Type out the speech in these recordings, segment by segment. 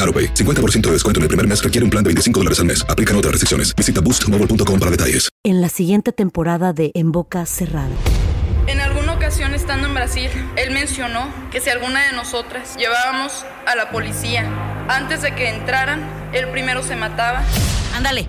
AroPay. 50% de descuento en el primer mes requiere un plan de 25 dólares al mes. Aplican otras restricciones. Visita boostmobile.com para detalles. En la siguiente temporada de En Boca Cerrada. En alguna ocasión estando en Brasil, él mencionó que si alguna de nosotras llevábamos a la policía antes de que entraran, él primero se mataba. Ándale,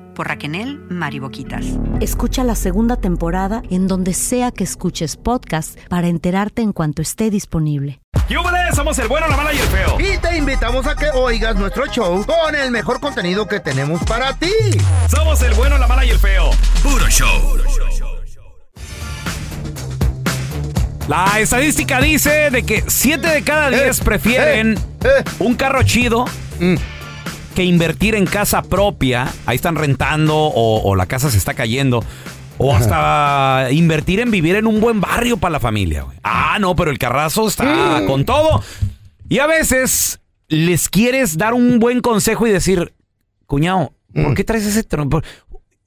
Por Raquenel Mariboquitas. Escucha la segunda temporada en donde sea que escuches podcast para enterarte en cuanto esté disponible. ¡Yúbales! Somos el bueno, la mala y el feo. Y te invitamos a que oigas nuestro show con el mejor contenido que tenemos para ti. Somos el bueno, la mala y el feo. Puro show. La estadística dice de que 7 de cada 10 prefieren un carro chido que invertir en casa propia. Ahí están rentando o, o la casa se está cayendo. O hasta invertir en vivir en un buen barrio para la familia. güey. Ah, no, pero el carrazo está con todo. Y a veces les quieres dar un buen consejo y decir, cuñado, ¿por qué traes ese tron- por-?"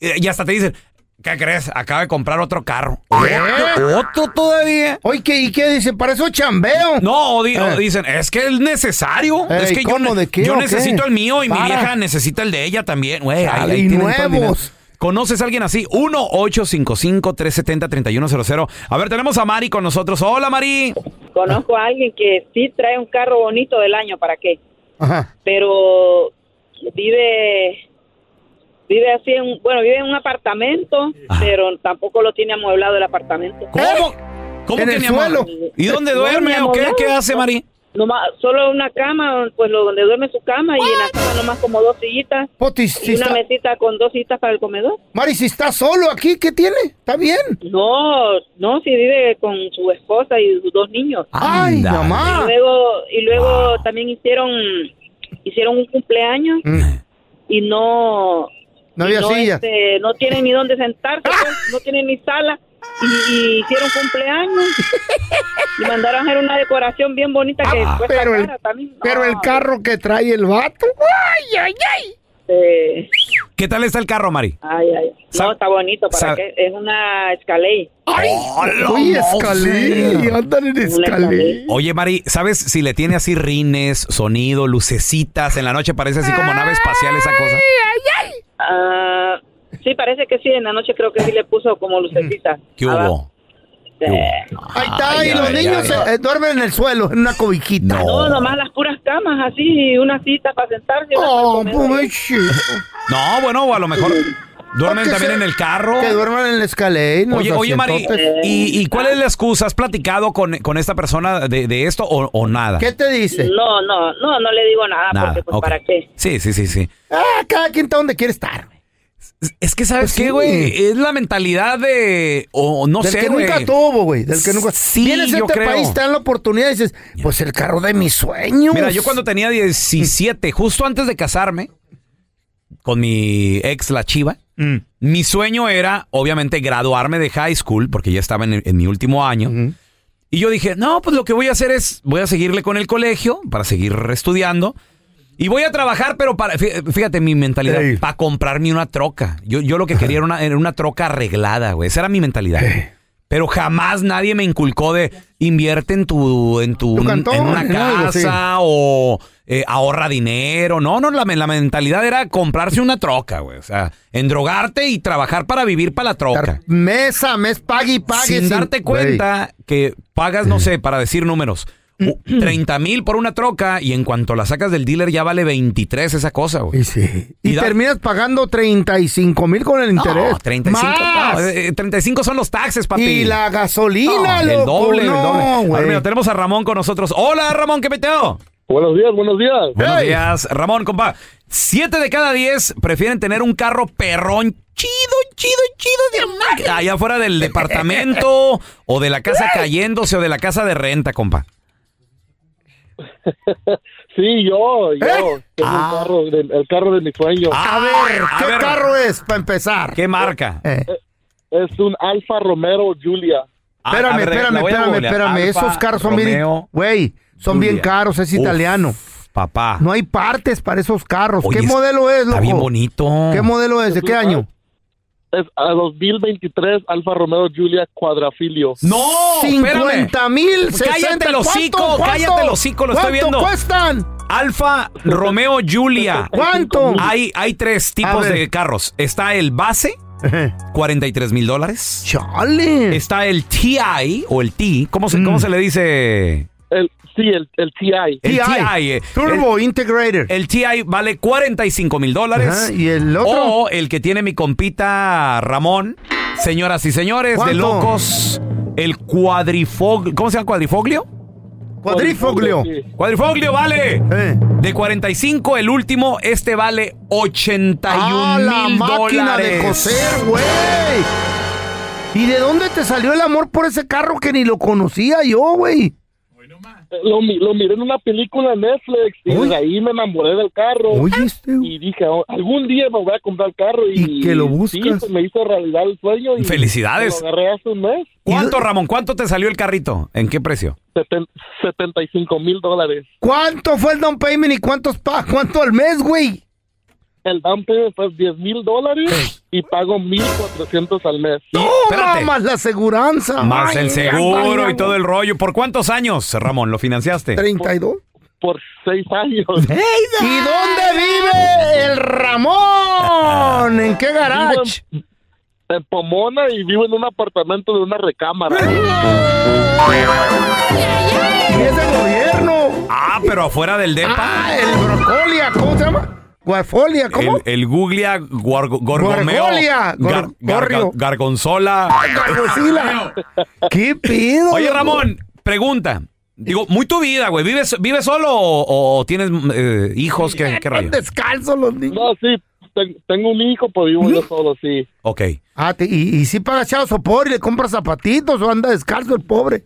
Eh, Y hasta te dicen, ¿qué crees? Acaba de comprar otro carro. ¿Otro, otro todavía? Oye, ¿qué- ¿y qué dice? Para eso chambeo. No, o di- o Eh. dicen, es que es necesario. Ey, es que yo, ¿cómo? ne- ¿De qué yo o qué? necesito el mío y mi Para. vieja necesita el de ella también. Güey, ahí- Chale, ahí y tienen todo el dinero. nuevos. ¿Conoces a alguien así? 1-855-370-3100. A ver, tenemos a Mari con nosotros. Hola, Mari. Conozco a alguien que sí trae un carro bonito del año, ¿para qué? Ajá. Pero vive vive así en, bueno, vive en un apartamento, pero tampoco lo tiene amueblado el apartamento. ¿Cómo? ¿Cómo En que el mi amor? suelo. ¿Y dónde No, duerme Eh. mi o qué? amor, Eh, ¿Qué no. hace, Mari? Nomás, solo una cama, pues lo donde duerme su cama y en la cama nomás como dos sillitas Potis, si y una está- mesita con dos sillitas para el comedor. Mari, si está solo aquí, ¿qué tiene? ¿Está bien? No, no, si vive con su esposa y sus dos niños. Ay, Ándale. Y mamá. luego y luego también hicieron hicieron un cumpleaños Mm, y no No y había silla. este, no tienen ni dónde sentarse, pues, no tienen ni sala. Y, y hicieron cumpleaños y mandaron a hacer una decoración bien bonita que Ah, cuesta pero, el, cara también. No, pero el carro que trae el vato. ¡Ay, ay, ay! este, ¿Qué tal está el carro, Mari? ay, ay. No, Sab- está bonito, ¿para sab- qué? Es una Escalade. ¡Ay! Oye, escalé. Andan en Una escalé. escalé. Oye, Mari, ¿sabes si le tiene así rines, sonido, lucecitas? En la noche parece así como nave espacial esa cosa. Ah, sí, parece que sí, en la noche creo que sí le puso como lucecita. ¿Qué Abajo. hubo? ¿Qué hubo? Eh, Ahí está, Ay, y los ay, niños ay. eh, eh, duermen en el suelo, en una No. cobiquita. Ah, No, nomás las puras camas así y una cita para sentarse. y una para Oh, comer. pobrecito. No, bueno, o a lo mejor duermen Porque también se- en el carro. Que duerman en el escalé. en los Oye, oye, Mari, asientotes. Eh, ¿y, y cuál es la excusa? ¿Has platicado con, con esta persona de, de esto o, o nada? ¿Qué te dice? No, no, no, no le digo nada, Nada. porque pues ok. para qué. Sí, sí, sí, sí. Ah, cada quien está donde quiere estar. Es que, ¿sabes Pues qué, sí. güey? Es la mentalidad de. O no Del sé, que güey. nunca tuvo, güey. Del que nunca. Sí, Vienes a yo este creo. país, te dan la oportunidad y dices, pues el carro de mis sueños. Mira, yo cuando tenía 17, justo antes de casarme con mi ex, la Chiva, Mm. Mi sueño era, obviamente, graduarme de high school, porque ya estaba en, en mi último año. Y yo dije, no, pues lo que voy a hacer es, voy a seguirle con el colegio para seguir estudiando. Y voy a trabajar, pero para, fí- fíjate mi mentalidad, Ey. para comprarme una troca. Yo, yo lo que quería era una, era una troca arreglada, güey. Esa era mi mentalidad. Pero jamás nadie me inculcó de invierte en tu, en tu, Tu cantón, en una en algo, sí. casa o eh, ahorra dinero. No, no, la, la mentalidad era comprarse una troca, güey. O sea, endrogarte y trabajar para vivir para la troca. Mes a mes, pague y pague. Sin darte cuenta que pagas, no sé, para decir números, u- 30 mil por una troca y en cuanto la sacas del dealer ya vale 23 esa cosa, güey. Y sí. Y, Y da- terminas pagando 35 mil con el interés. No, 35, Más. no, eh, eh, 35 son los taxes, papi. Y la gasolina, No, Ah, el loco, doble, no, el doble. A güey. ver, mira, tenemos a Ramón con nosotros. Hola, Ramón, ¿qué peteo? Buenos días, buenos días. Buenos días, Ramón, compa. Siete de cada diez prefieren tener un carro perrón chido, chido, chido de marca. Allá afuera del departamento o de la casa cayéndose o de la casa de renta, compa. Sí, yo, yo tengo Ah. el, carro de, el carro de mi sueño. A ver, ¿qué carro es para empezar? ¿Qué marca? Eh, Es un Alfa Romero Julia. espérame, espérame, espérame, espérame. Esos carros son bien, güey, son bien caros, es italiano. Papá. No hay partes para esos carros. Oye, ¿Qué es- modelo es, loco? Está bien bonito. ¿Qué modelo es? ¿De qué año? Es a 2023 Alfa Romero Julia Cuadrafilio. No, Oh, espérame. 50 mil, Cállate 60. el hocico, ¿Cuánto, cuánto? cállate el hocico, lo estoy viendo. ¿Cuánto cuestan? Alfa Romeo Julia. ¿Cuánto? Hay, hay tres tipos ver. de carros. Está el base, 43 mil dólares. Chale. Está el TI o el T. ¿Cómo se, Mm. cómo se le dice? El, sí, el, el TI. El TI, eh. Turbo Integrator. El TI vale 45 mil dólares. Ajá, ¿y el otro? O el que tiene mi compita Ramón. Señoras y señores, ¿Cuánto? de locos. El cuadrifoglio. ¿Cómo se llama cuadrifoglio? Cuadrifoglio. Sí. Cuadrifoglio vale. Eh. De 45, el último, este vale 81 Ah, la mil máquina de dólares. coser, güey. ¿Y de dónde te salió el amor por ese carro que ni lo conocía yo, güey? Lo, mi- lo miré en una película de Netflix y Uy. de ahí me enamoré del carro. Oye, este, güey. Y dije, "Oh, algún día me voy a comprar el carro. Y, Y que lo Sí, buscas. se me hizo realidad el sueño. Y Felicidades. Lo agarré hace un mes. ¿Cuánto, Ramón? ¿Cuánto te salió el carrito? ¿En qué precio? seten- 75 mil dólares. ¿Cuánto fue el down payment y cuántos pa cuánto al mes, güey? El down payment fue 10 mil dólares y pago 1,400 al mes. No, espérate. más la aseguranza. Más Ay, el seguro y todo el rollo. ¿Por cuántos años, Ramón, lo financiaste? 32. por seis años. ¿Y dónde vive el Ramón? ¿En qué Vivo garage? en, en Pomona y vivo en un apartamento de una ¿Eh? recámara. Y es del gobierno. Ah, pero afuera del depa. Ah, el brocolia, ¿cómo se llama? Guafolia, ¿cómo? El, el Guglia Guargo- Gorgomeo. Gorgolia, gor- Gar- gar- gorrio. Gargonzola. Gargocila. ¿Qué pido? Oye, Ramón, pregunta. Digo, muy tu vida, güey. ¿Vives, vives solo o, o tienes eh, hijos? ¿Qué, qué rollo? Descalzo los niños. No, sí, ten- tengo un hijo, pero vivo yo solo, sí. Ok. Ah, te- y, y si paga chao sopor y le compra zapatitos o anda descalzo el pobre.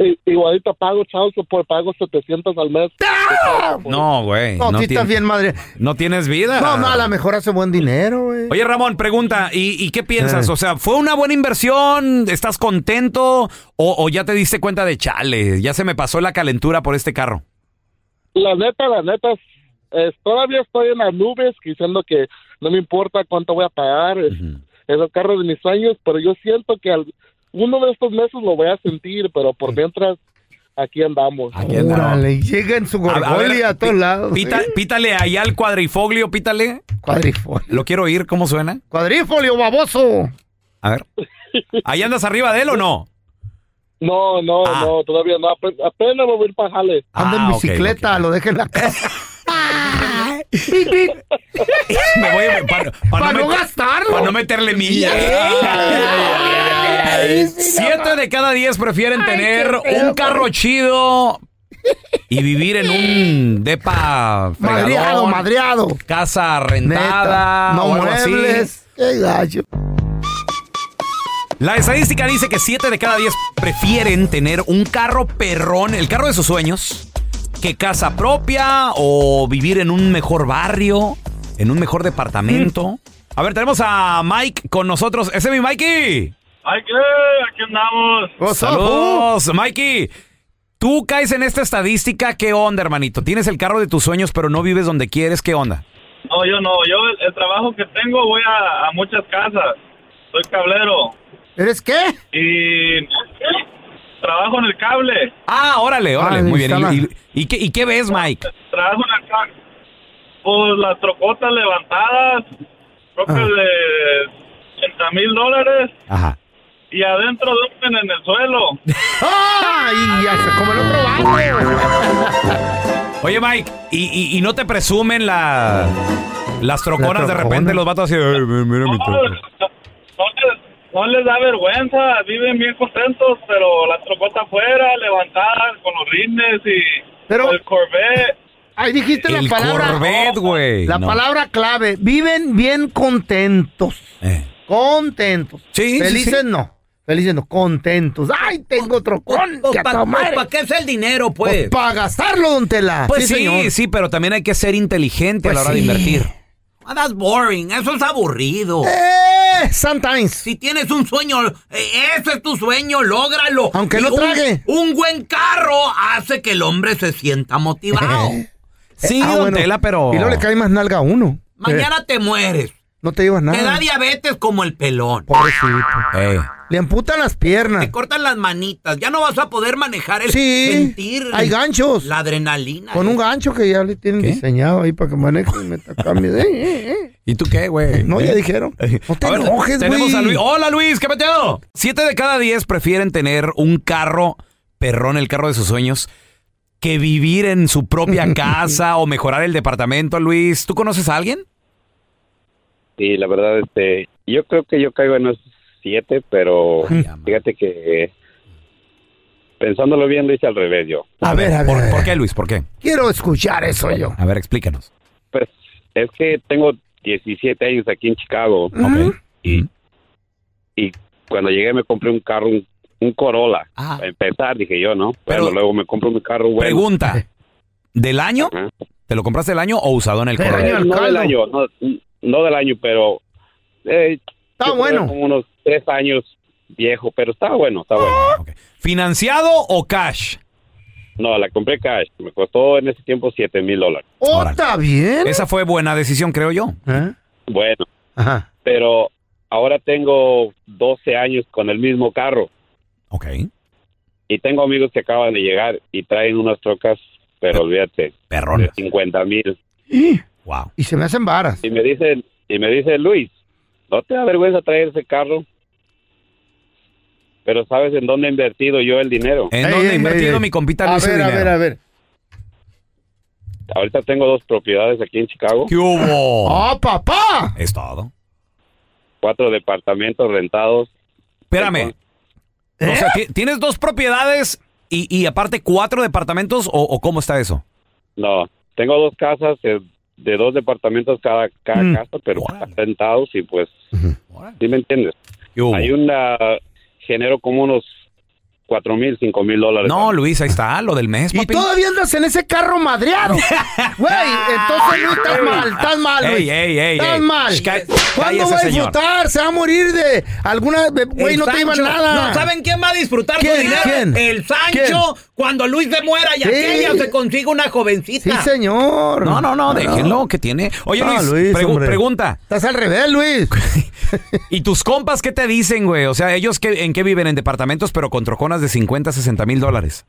I- Igualito pago chauzo por pago 700 al mes. ¡Ah! Eh, No, güey. No, sí tienes- estás bien, madre. No tienes vida. No, no, a lo mejor hace buen dinero, güey. Oye, Ramón, pregunta, ¿y, y qué piensas? Eh. O sea, ¿fue una buena inversión? ¿Estás contento? ¿O, o ya te diste cuenta de chale? Ya se me pasó la calentura por este carro. La neta, la neta, es- es- todavía estoy en las nubes diciendo que no me importa cuánto voy a pagar. es- Es el carro de mis sueños, pero yo siento que al- uno de estos meses lo voy a sentir, pero por mientras aquí andamos. Aquí anda. Órale, y llega en su A- a ver, gorgolia a, todos pi- lados. ¿eh? pita- Pítale allá al cuadrifoglio, pítale. Cuadrifolio. Lo quiero oír, ¿cómo suena? Cuadrifolio, baboso. A ver. ¿Ahí andas arriba de él o no? No, no, Ah. no, todavía no. ape- Apenas me voy a ir para Jale. Anda en Ah, ok, bicicleta, ok. lo deja en la casa. Pic, pic. Me voy a- para, para Para no met- gastarlo. Para no meterle millas. Siete de cada diez prefieren tener un carro chido y vivir en un depa Madreado, fregadón, madreado. casa rentada Neta. No o algo así. muebles. Qué gallo. La estadística dice que siete de cada diez prefieren tener un carro perrón, el carro de sus sueños, que casa propia o vivir en un mejor barrio, en un mejor departamento. A ver, tenemos a Mike con nosotros. Ese es mi Mikey. Mikey, eh, aquí andamos. Saludos, Mikey. Tú caes en esta estadística, ¿qué onda, hermanito? Tienes el carro de tus sueños, pero no vives donde quieres, ¿qué onda? No, yo no. Yo el, el trabajo que tengo voy a, a muchas casas. Soy cablero. ¿Eres qué? Y trabajo en el cable. Ah, órale, órale, muy bien. ¿Y, y- y qué, y qué ves, Mike? Trabajo en el cable. Pues las trocotas levantadas, Ah. trocas de 80 mil dólares. Ajá. Y adentro duermen en el suelo. ¡Ay! como el otro Oye, Mike, ¿y, y- y no te presumen la- las troconas de repente los vatos así? "Ay, mi- mira mi troca". No les da vergüenza, viven bien contentos, pero la trocota afuera, levantada, con los rines y el Corvette. Ahí dijiste la El palabra. Corvette, güey. La No. palabra clave. Viven bien contentos. Eh. Contentos. Sí, Felices no. Felices no. Contentos. ¡Ay, tengo trocón! o que a pues, pa- tomar! o pa' qué es el dinero, pues? para gastarlo, don Tela. Pues sí, sí, sí, señor. pero también hay que ser inteligente Pues a la hora de sí. invertir. Ah, That's boring, eso es aburrido. Eh, sometimes. Si tienes un sueño, ese es tu sueño, lógralo. Aunque no trague. Un, buen carro hace que el hombre se sienta motivado. sí, don Tela, pero- Ah, Y luego le cae más nalga a uno. Eh, te mueres. no te llevas nada. eh. diabetes como el pelón. Pobrecito. Le amputan las piernas. cortan las manitas. Ya no vas a poder manejar el Sí, hay ganchos. La adrenalina. Con un gancho que ya le tienen diseñado ahí para que maneje y meta cambios. Eh, eh, eh. ¿Y tú qué, güey? ¿Eh? No, ya dijeron. No te A ver, enojes, güey. Tenemos a Luis. Hola, Luis, ¿qué peteo? Siete de cada diez prefieren tener un carro perrón, el carro de sus sueños, que vivir en su propia casa o mejorar el departamento, Luis. ¿Tú conoces a alguien? Sí, la verdad, este, yo creo que yo caigo en los siete, pero Mm. fíjate que pensándolo bien lo hice al revés yo. A ver, a ver. ¿Por, por qué, Luis? ¿Por qué? Quiero escuchar eso yo. A ver, explícanos. Pues es que tengo 17 años aquí en Chicago Mm. y, y cuando llegué me compré un carro, un, un Corolla. Para empezar, dije yo, ¿no? Bueno, luego me compro mi carro bueno. Pregunta. ¿Del año? ¿Te lo compraste del año o usado en el Eh, correo? no del año, no, no del año, pero eh, está bueno. Como unos tres años viejo, pero está bueno, está bueno. ¿Financiado o cash? No, la compré cash. Me costó en ese tiempo 7 mil dólares. ¿Oh, está bien. ¿Eh? Esa fue buena decisión, creo yo. Bueno, pero ahora tengo 12 años con el mismo carro. Ok. Y tengo amigos que acaban de llegar y traen unas trocas, pero olvídate. Perrones. 50 mil. Wow. Y se me hacen varas. Y me dicen, y me dice Luis, ¿no te da vergüenza traer ese carro? Pero ¿sabes en dónde he invertido yo el dinero? ¿En dónde ha invertido mi compita A Luis el ver, a dinero? ver, a ver. Ahorita tengo dos propiedades aquí en Chicago. ¿Qué hubo? ¡Ah, papá! Es todo. Cuatro departamentos rentados. Espérame. ¿Eh? O sea, ti- ¿tienes dos propiedades y, y aparte cuatro departamentos o, o cómo está eso? No, tengo dos casas eh, de dos departamentos cada, cada Mm. casa, pero están rentados y pues, ¿sí me entiendes? Hay una, genero como unos cuatro mil, cinco mil dólares. No, Luis, ahí está, lo del mes, Y papi. todavía andas en ese carro madreado. Güey, entonces Luis, estás mal, estás mal, Luis. Ey, ey, ey, estás ey. mal. Sh, ca- ¿Cuándo cállese, va a señor. disfrutar? Se va a morir de alguna. de- Güey, El no te iba Sancho. nada. No, ¿saben quién va a disfrutar ¿Quién? su dinero? ¿Quién? El Sancho, cuando Luis se muera y Sí. aquella se consiga una jovencita. Sí, señor. No, no, no, déjenlo, que tiene. Oye, No, Luis, Luis, pregu- hombre. pregunta. Estás al revés, Luis. ¿Y tus compas qué te dicen, güey? O sea, ¿ellos qué- en qué viven? En departamentos, pero con troconas de 50, 60 mil dólares.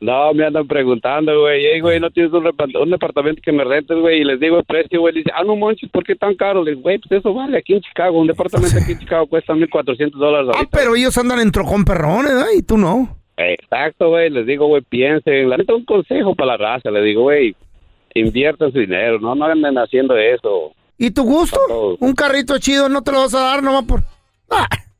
No, me andan preguntando, güey, "Ey, güey, ¿no tienes un, repa- un departamento que me rentes, güey? Y les digo el precio, güey, dice, ah, no manches, ¿por qué tan caro? Les digo, güey, pues eso vale aquí en Chicago, un departamento aquí en Chicago cuesta 1.400 dólares ahorita. Ah, Pero ellos andan en trocón perrones, ¿eh? Y tú no. Exacto, güey, les digo, güey, piensen, la neta un consejo para la raza, les digo, güey, inviertan su dinero, no, no anden haciendo eso. ¿Y tu gusto? No. Un carrito chido no te lo vas a dar nomás por.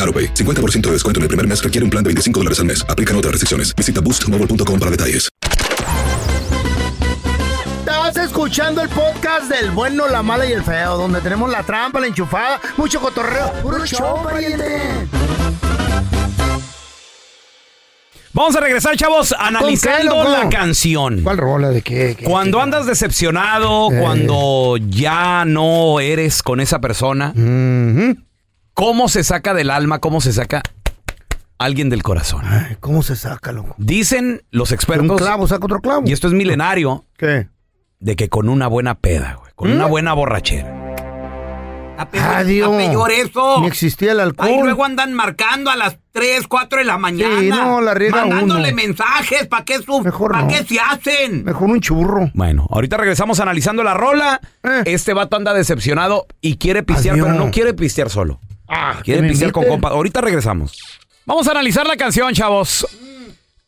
AroPay. 50% de descuento en el primer mes requiere un plan de 25 dólares al mes. Aplican otras restricciones. Visita boostmobile.com para detalles. Estás escuchando el podcast del bueno, la mala y el feo, donde tenemos la trampa, la enchufada, mucho cotorreo. ¡Puro show, pariente! Vamos a regresar, chavos, analizando loco? la canción. ¿Cuál rola de qué? qué? Cuando andas decepcionado, eh. cuando ya no eres con esa persona, ¿cómo se saca del alma? ¿Cómo se saca alguien del corazón? ¿Cómo se saca, loco? Dicen los expertos. Ah. Un clavo saca otro clavo. Y esto es milenario. ¿Qué? De que con una buena peda, güey. Con una buena borrachera. Mm. Adiós. está peor eso. Ni existía el alcohol. Ahí luego andan marcando a las 3, 4 de la mañana. Sí, no, la riega Mandándole uno. mensajes. ¿Para qué, su- pa' qué se hacen? Mejor un churro. Eh. Bueno, ahorita regresamos analizando la rola. Este vato anda decepcionado y quiere pistear, Adiós. pero no quiere pistear solo. Ah, que quiere me pistear con inviten. compas. Ahorita regresamos. Vamos a analizar la canción, chavos.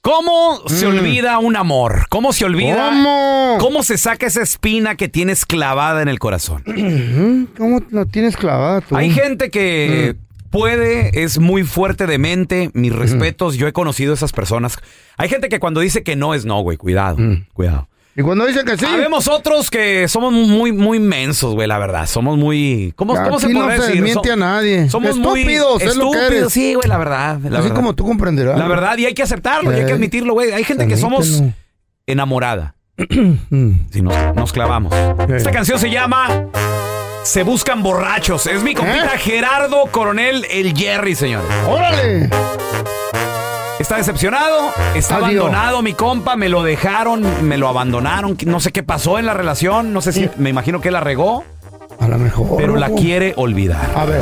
¿Cómo se Mm. olvida un amor? ¿Cómo se olvida? ¿Cómo? ¿Cómo se saca esa espina que tienes clavada en el corazón? Ujú, ¿Cómo lo tienes clavada tú? Hay gente que Mm. puede, es muy fuerte de mente. Mis respetos, yo he conocido esas personas. Hay gente que cuando dice que no es no, güey, cuidado, cuidado. Mm. Y cuando dicen que sí. Sabemos otros que somos muy, muy mensos, güey, la verdad. Somos muy. ¿Cómo, cómo se Aquí no podrá se decir? miente So- a nadie. Somos muy Estúpidos, es lo que estúpidos, eres. sí, güey, la verdad. La Así verdad. como tú comprenderás. La verdad, y hay que aceptarlo, y hay que Eh, admitirlo, güey. Hay gente que somos admítelo. enamorada. si nos, nos clavamos. Esta canción se llama Se buscan borrachos. Es mi compita ¿Eh? Gerardo Coronel el Jerry, señores. ¡Órale! Ah, Está decepcionado, está Adiós. abandonado mi compa, me lo dejaron, me lo abandonaron, no sé qué pasó en la relación, no sé si me imagino que la regó. A lo mejor. Pero la loco. quiere olvidar. A ver.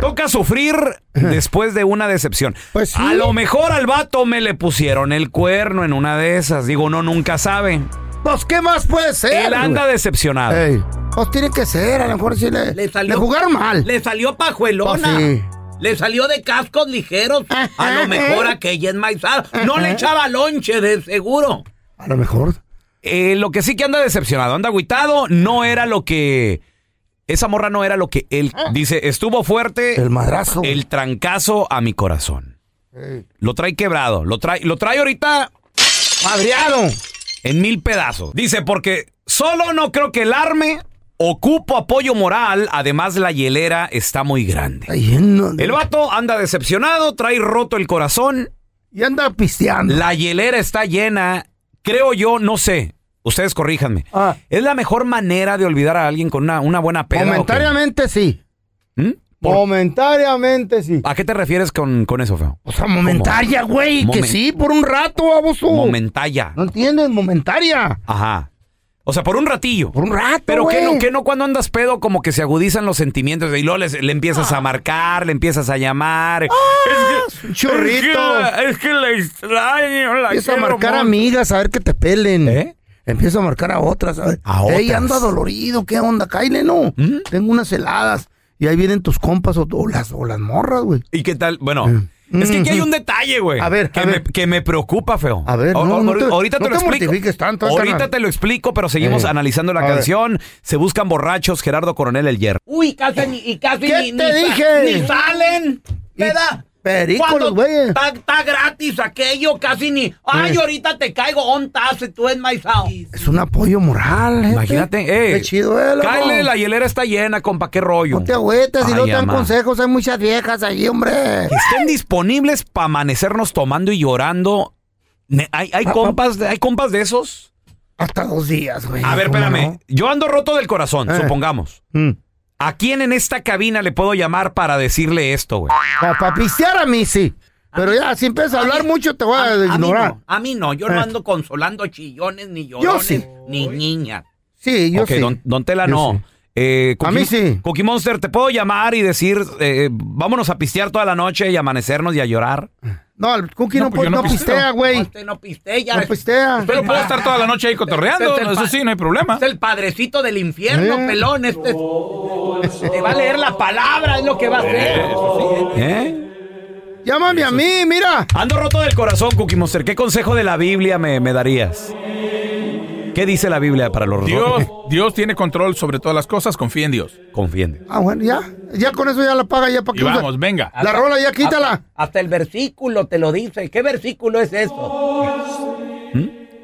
Toca sufrir después de una decepción. Pues A lo mejor al vato me le pusieron el cuerno en una de esas. Digo, no, nunca sabe. Pues, ¿qué más puede ser? Él anda güey? decepcionado. Ey, Pues tiene que ser, a lo mejor sí le, le, jugaron mal. Le salió pajuelona. Pues sí. Le salió de cascos ligeros. A lo mejor aquella enmaizada. No le echaba lonche, de seguro. A lo mejor. Eh, lo que sí que anda decepcionado, anda agüitado, no era lo que. Esa morra no era lo que él. Dice, estuvo fuerte. El madrazo. El trancazo a mi corazón. Lo trae quebrado. Lo trae, lo trae ahorita. Madriado. En mil pedazos. Dice, porque solo no creo que el arme. Ocupo apoyo moral. Además, la hielera está muy grande. El vato anda decepcionado, trae roto el corazón. Y anda pisteando. La hielera está llena. Creo yo, no sé. Ustedes corríjanme. Ah. ¿Es la mejor manera de olvidar a alguien con una, una buena peda? o qué? ¿Mm? Momentariamente sí. ¿Por- Momentariamente sí. ¿A qué te refieres con, con eso, feo? O sea, Momentaria, güey. Que sí, por un rato, baboso. Momentalla. ¿No entiendes? Momentaria. Ajá. O sea, por un ratillo. Por un rato. Pero que no, güey. que no cuando andas pedo, como que se agudizan los sentimientos. Y luego les- le, empiezas a marcar, le empiezas a Ah, llamar. es que, churrito. Es que, la- es que la extraño, la Empieza a quiero marcar mucho. amigas, a ver que te pelen. ¿Eh? Empieza a marcar a otras. A, ver. Ey, otras. ¿Mm? anda dolorido, ¿qué onda? Cáile, no. Tengo unas heladas. Y ahí vienen tus compas o, o las, o las morras, güey. ¿Y qué tal? Bueno, Es que aquí hay un detalle, güey. Eh. Mm. A ver, que, a me, ver. que me preocupa, feo. A ver, no, no te- ahorita no te lo te explico. mortifiques tanto, ahorita carnal. te lo explico, pero seguimos Eh. analizando la A ver. canción. Se buscan borrachos, Gerardo Coronel el hierro. Uy, casi ni, y casi ¿Qué ni, te ni sa- dije? ni salen, ¿verdad? pericos Cuando los güeyes. Está está gratis aquello, casi ni. Ay, Eh. ahorita te caigo, on taxi, tú es maizao. Es un apoyo moral, gente. Imagínate, eh. Qué chido, eh, loco. Cáele, la hielera está llena, compa, qué rollo. No te Agüitas, si no te dan consejos, hay muchas viejas allí, hombre. Que estén disponibles para amanecernos tomando y llorando. Ne- Hay, Ah, hay compas, de- hay compas de esos. Hasta dos días, güey. A ver, Eh, ¿cómo espérame. no? Yo ando roto del corazón, Eh. supongamos. ¿A quién en esta cabina le puedo llamar para decirle esto, güey? Para pistear a mí sí. Pero ya, si empiezas a hablar mucho, te voy a, A mí, ignorar. no, a mí no, yo no Eh. ando consolando chillones, ni llorones, sí. ni niñas. Sí, yo ok, sí. Don, don Tela Yo no. Eh, A mí sí. Cookie Monster, ¿te puedo llamar y decir, eh, vámonos a pistear toda la noche y amanecernos y a llorar? No, el Cookie no, No, pues yo no no pistea, pisteo. güey. No pistea. No pistea. Pero puedo estar toda la noche ahí cotorreando, Este es el eso pa- sí, no hay problema. Es el padrecito del infierno, Eh. pelón. Este te va a leer la palabra, es lo que va a hacer. ¿Eh? Llámame a mí, mira. Ando roto del corazón, Cookie Monster. ¿Qué consejo de la Biblia me, me darías? ¿Qué dice la Biblia para los Pues Dios, Dios tiene control sobre todas las cosas, confía en Dios. Confía en Dios. Ah, bueno, ya. Ya con eso ya la paga, ya para Y vamos, venga. La rola ya quítala. Hasta, hasta el versículo te lo dice. ¿Qué versículo es eso?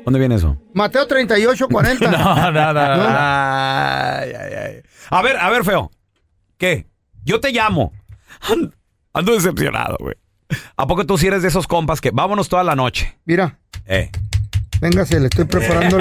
¿Dónde viene eso? Mateo 38, 40. No, no, no. Ay, ay, ay. A ver, a ver, feo. ¿Qué? Yo te llamo. Ando, ando decepcionado, güey. ¿A poco tú sí eres de esos compas que vámonos toda la noche? Mira, Eh. véngase, le estoy preparando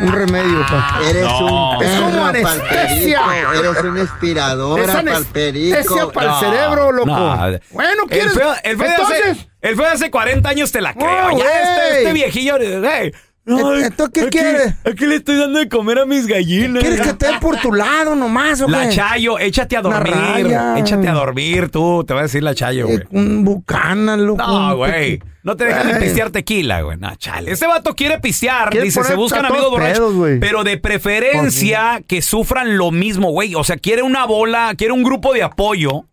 un remedio. pa. Eres un Es como perro anestesia. palperico, Eres una Es inspiradora anes- palperico. es para el cerebro, loco. no. Bueno, El ¿quieres? feo, el feo de Entonces. hace, el feo de hace 40 años te la creo. Oh, ya este, güey. este viejillo. güey. ¿Entonces qué quieres? Aquí le estoy dando de comer a mis gallinas. ¿Quieres que esté por tu lado nomás, o La qué? Chayo, échate a Una dormir. raya. Eh, Échate a dormir tú. Te va a decir la Chayo, güey. Un bucana, loco. No, güey. No te dejan ni Güey. pistear tequila, güey. No, chale. Este vato quiere pistear. Quiere dice, poner se buscan a todos amigos borrachos. pedos, güey. pero de preferencia que sufran lo mismo, güey. O sea, quiere una bola, quiere un grupo de apoyo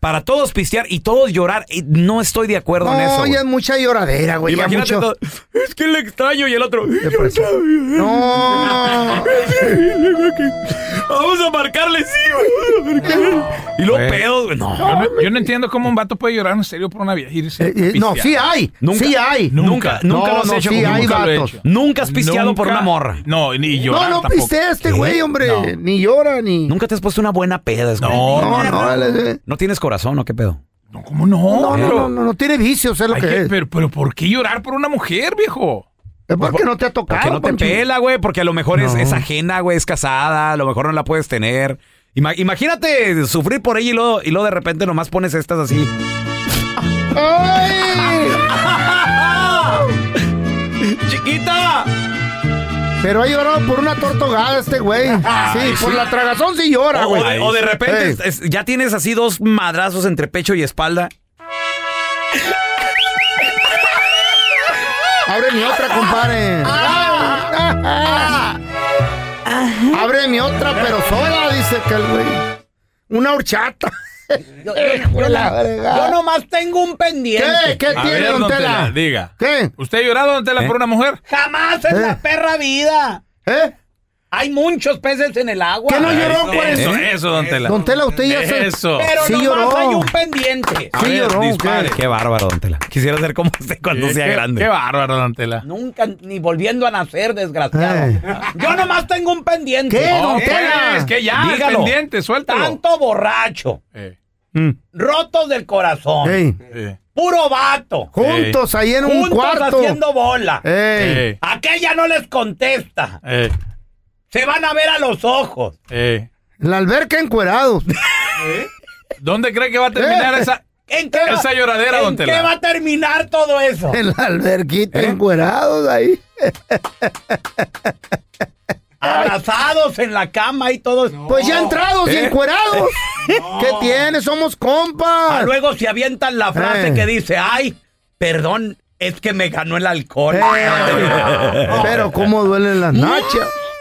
para todos pistear y todos llorar. Y no estoy de acuerdo en eso. No, güey. ya es mucha lloradera, güey. ya Imagínate mucho- todo, Es que le extraño y el otro. No. Eh, Vamos a marcarle, sí, güey. Y lo pedo, güey. No. Ah. Yo no, yo no entiendo cómo un vato puede llorar en serio por una vieja. y irse a Eh, no, pistear. sí hay. Sí hay. Nunca, No, nunca lo has no, hecho. sí como hay nunca lo he vatos. hecho. Nunca has pisteado por Nunca- una morra. No, ni No, llorar no tampoco. pistea este güey, hombre. No. Ni llora, ni. Nunca te has puesto una buena peda, güey. No, No, no, no. ¿No tienes corazón o qué pedo? ¿Cómo no? No, no, Pero- no, no, no tiene vicios, es lo Hay que, que- es. pero, pero ¿por qué llorar por una mujer, viejo? Es porque no te ha tocado. Porque no te Poncho. pela, güey, porque a lo mejor es, es ajena, güey, es casada, a lo mejor no la puedes tener. Ima- imagínate sufrir por ella y luego, y luego de repente nomás pones estas así. ¡Chiquita! Pero ha llorado por una tortogada este güey. Sí, Ay, por sí. la tragazón sí llora, o, o güey. de, o de repente Ey. es- es- ya tienes así dos madrazos entre pecho y espalda. Abre mi otra, compadre. Abre mi otra, pero sola, dice que el güey. Una horchata. Yo, yo- yo- yo nomás tengo un pendiente. ¿Qué? ¿Qué A tiene, ver, don don Tela? Tela, diga. ¿Qué? ¿Usted ha llorado, don Tela, ¿Eh? por una mujer? Jamás en la perra vida. ¿Eh? Hay muchos peces en el agua. ¿Qué no Eso, lloró pues. eso, eso, Eh, don Tela. Don Tela, usted ya se- Eso. Pero Sí nomás lloró. hay un pendiente. A ver, lloró, dispare. Qué bárbaro, don Tela. Quisiera ser como usted cuando Qué- sea qué- grande. Qué bárbaro, don Tela. Nunca ni volviendo a nacer, desgraciado. Yo nomás tengo un pendiente. ¿Qué, don Oh, Tela? Es que ya, el Dígalo. pendiente, suéltalo. Tanto borracho, Eh, Mm. rotos del corazón, Ey. eh. puro vato. Juntos ahí en un juntos cuarto. haciendo bola. Ey. Eh, Aquella no les contesta. eh, Se van a ver a los ojos. eh. En La alberca encuerados. ¿Dónde cree que va a terminar Eh. esa? ¿En qué, Esa va, lloradera, en don Tela. qué va a terminar todo eso? En la alberquita ¿Eh? encuerados ahí. Abrazados en la cama y todos. Pues ya entrados y Eh. encuerados. ¿Qué tiene? Somos Ah, compas. luego se avientan la frase Eh. que dice, ay, perdón, es que me ganó el alcohol. Eh. Pero cómo duelen las nachas.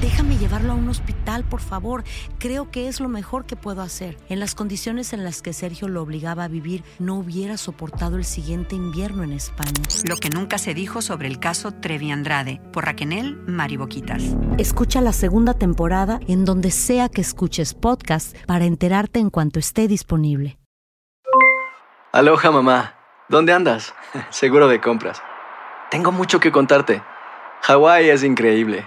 Déjame llevarlo a un hospital, por favor. Creo que es lo mejor que puedo hacer. En las condiciones en las que Sergio lo obligaba a vivir, no hubiera soportado el siguiente invierno en España. Lo que nunca se dijo sobre el caso Trevi Andrade por Raquel Mariboquitas. Escucha la segunda temporada en donde sea que escuches podcast para enterarte en cuanto esté disponible. Aloha mamá, ¿dónde andas? Seguro de compras. Tengo mucho que contarte. Hawái es increíble.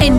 En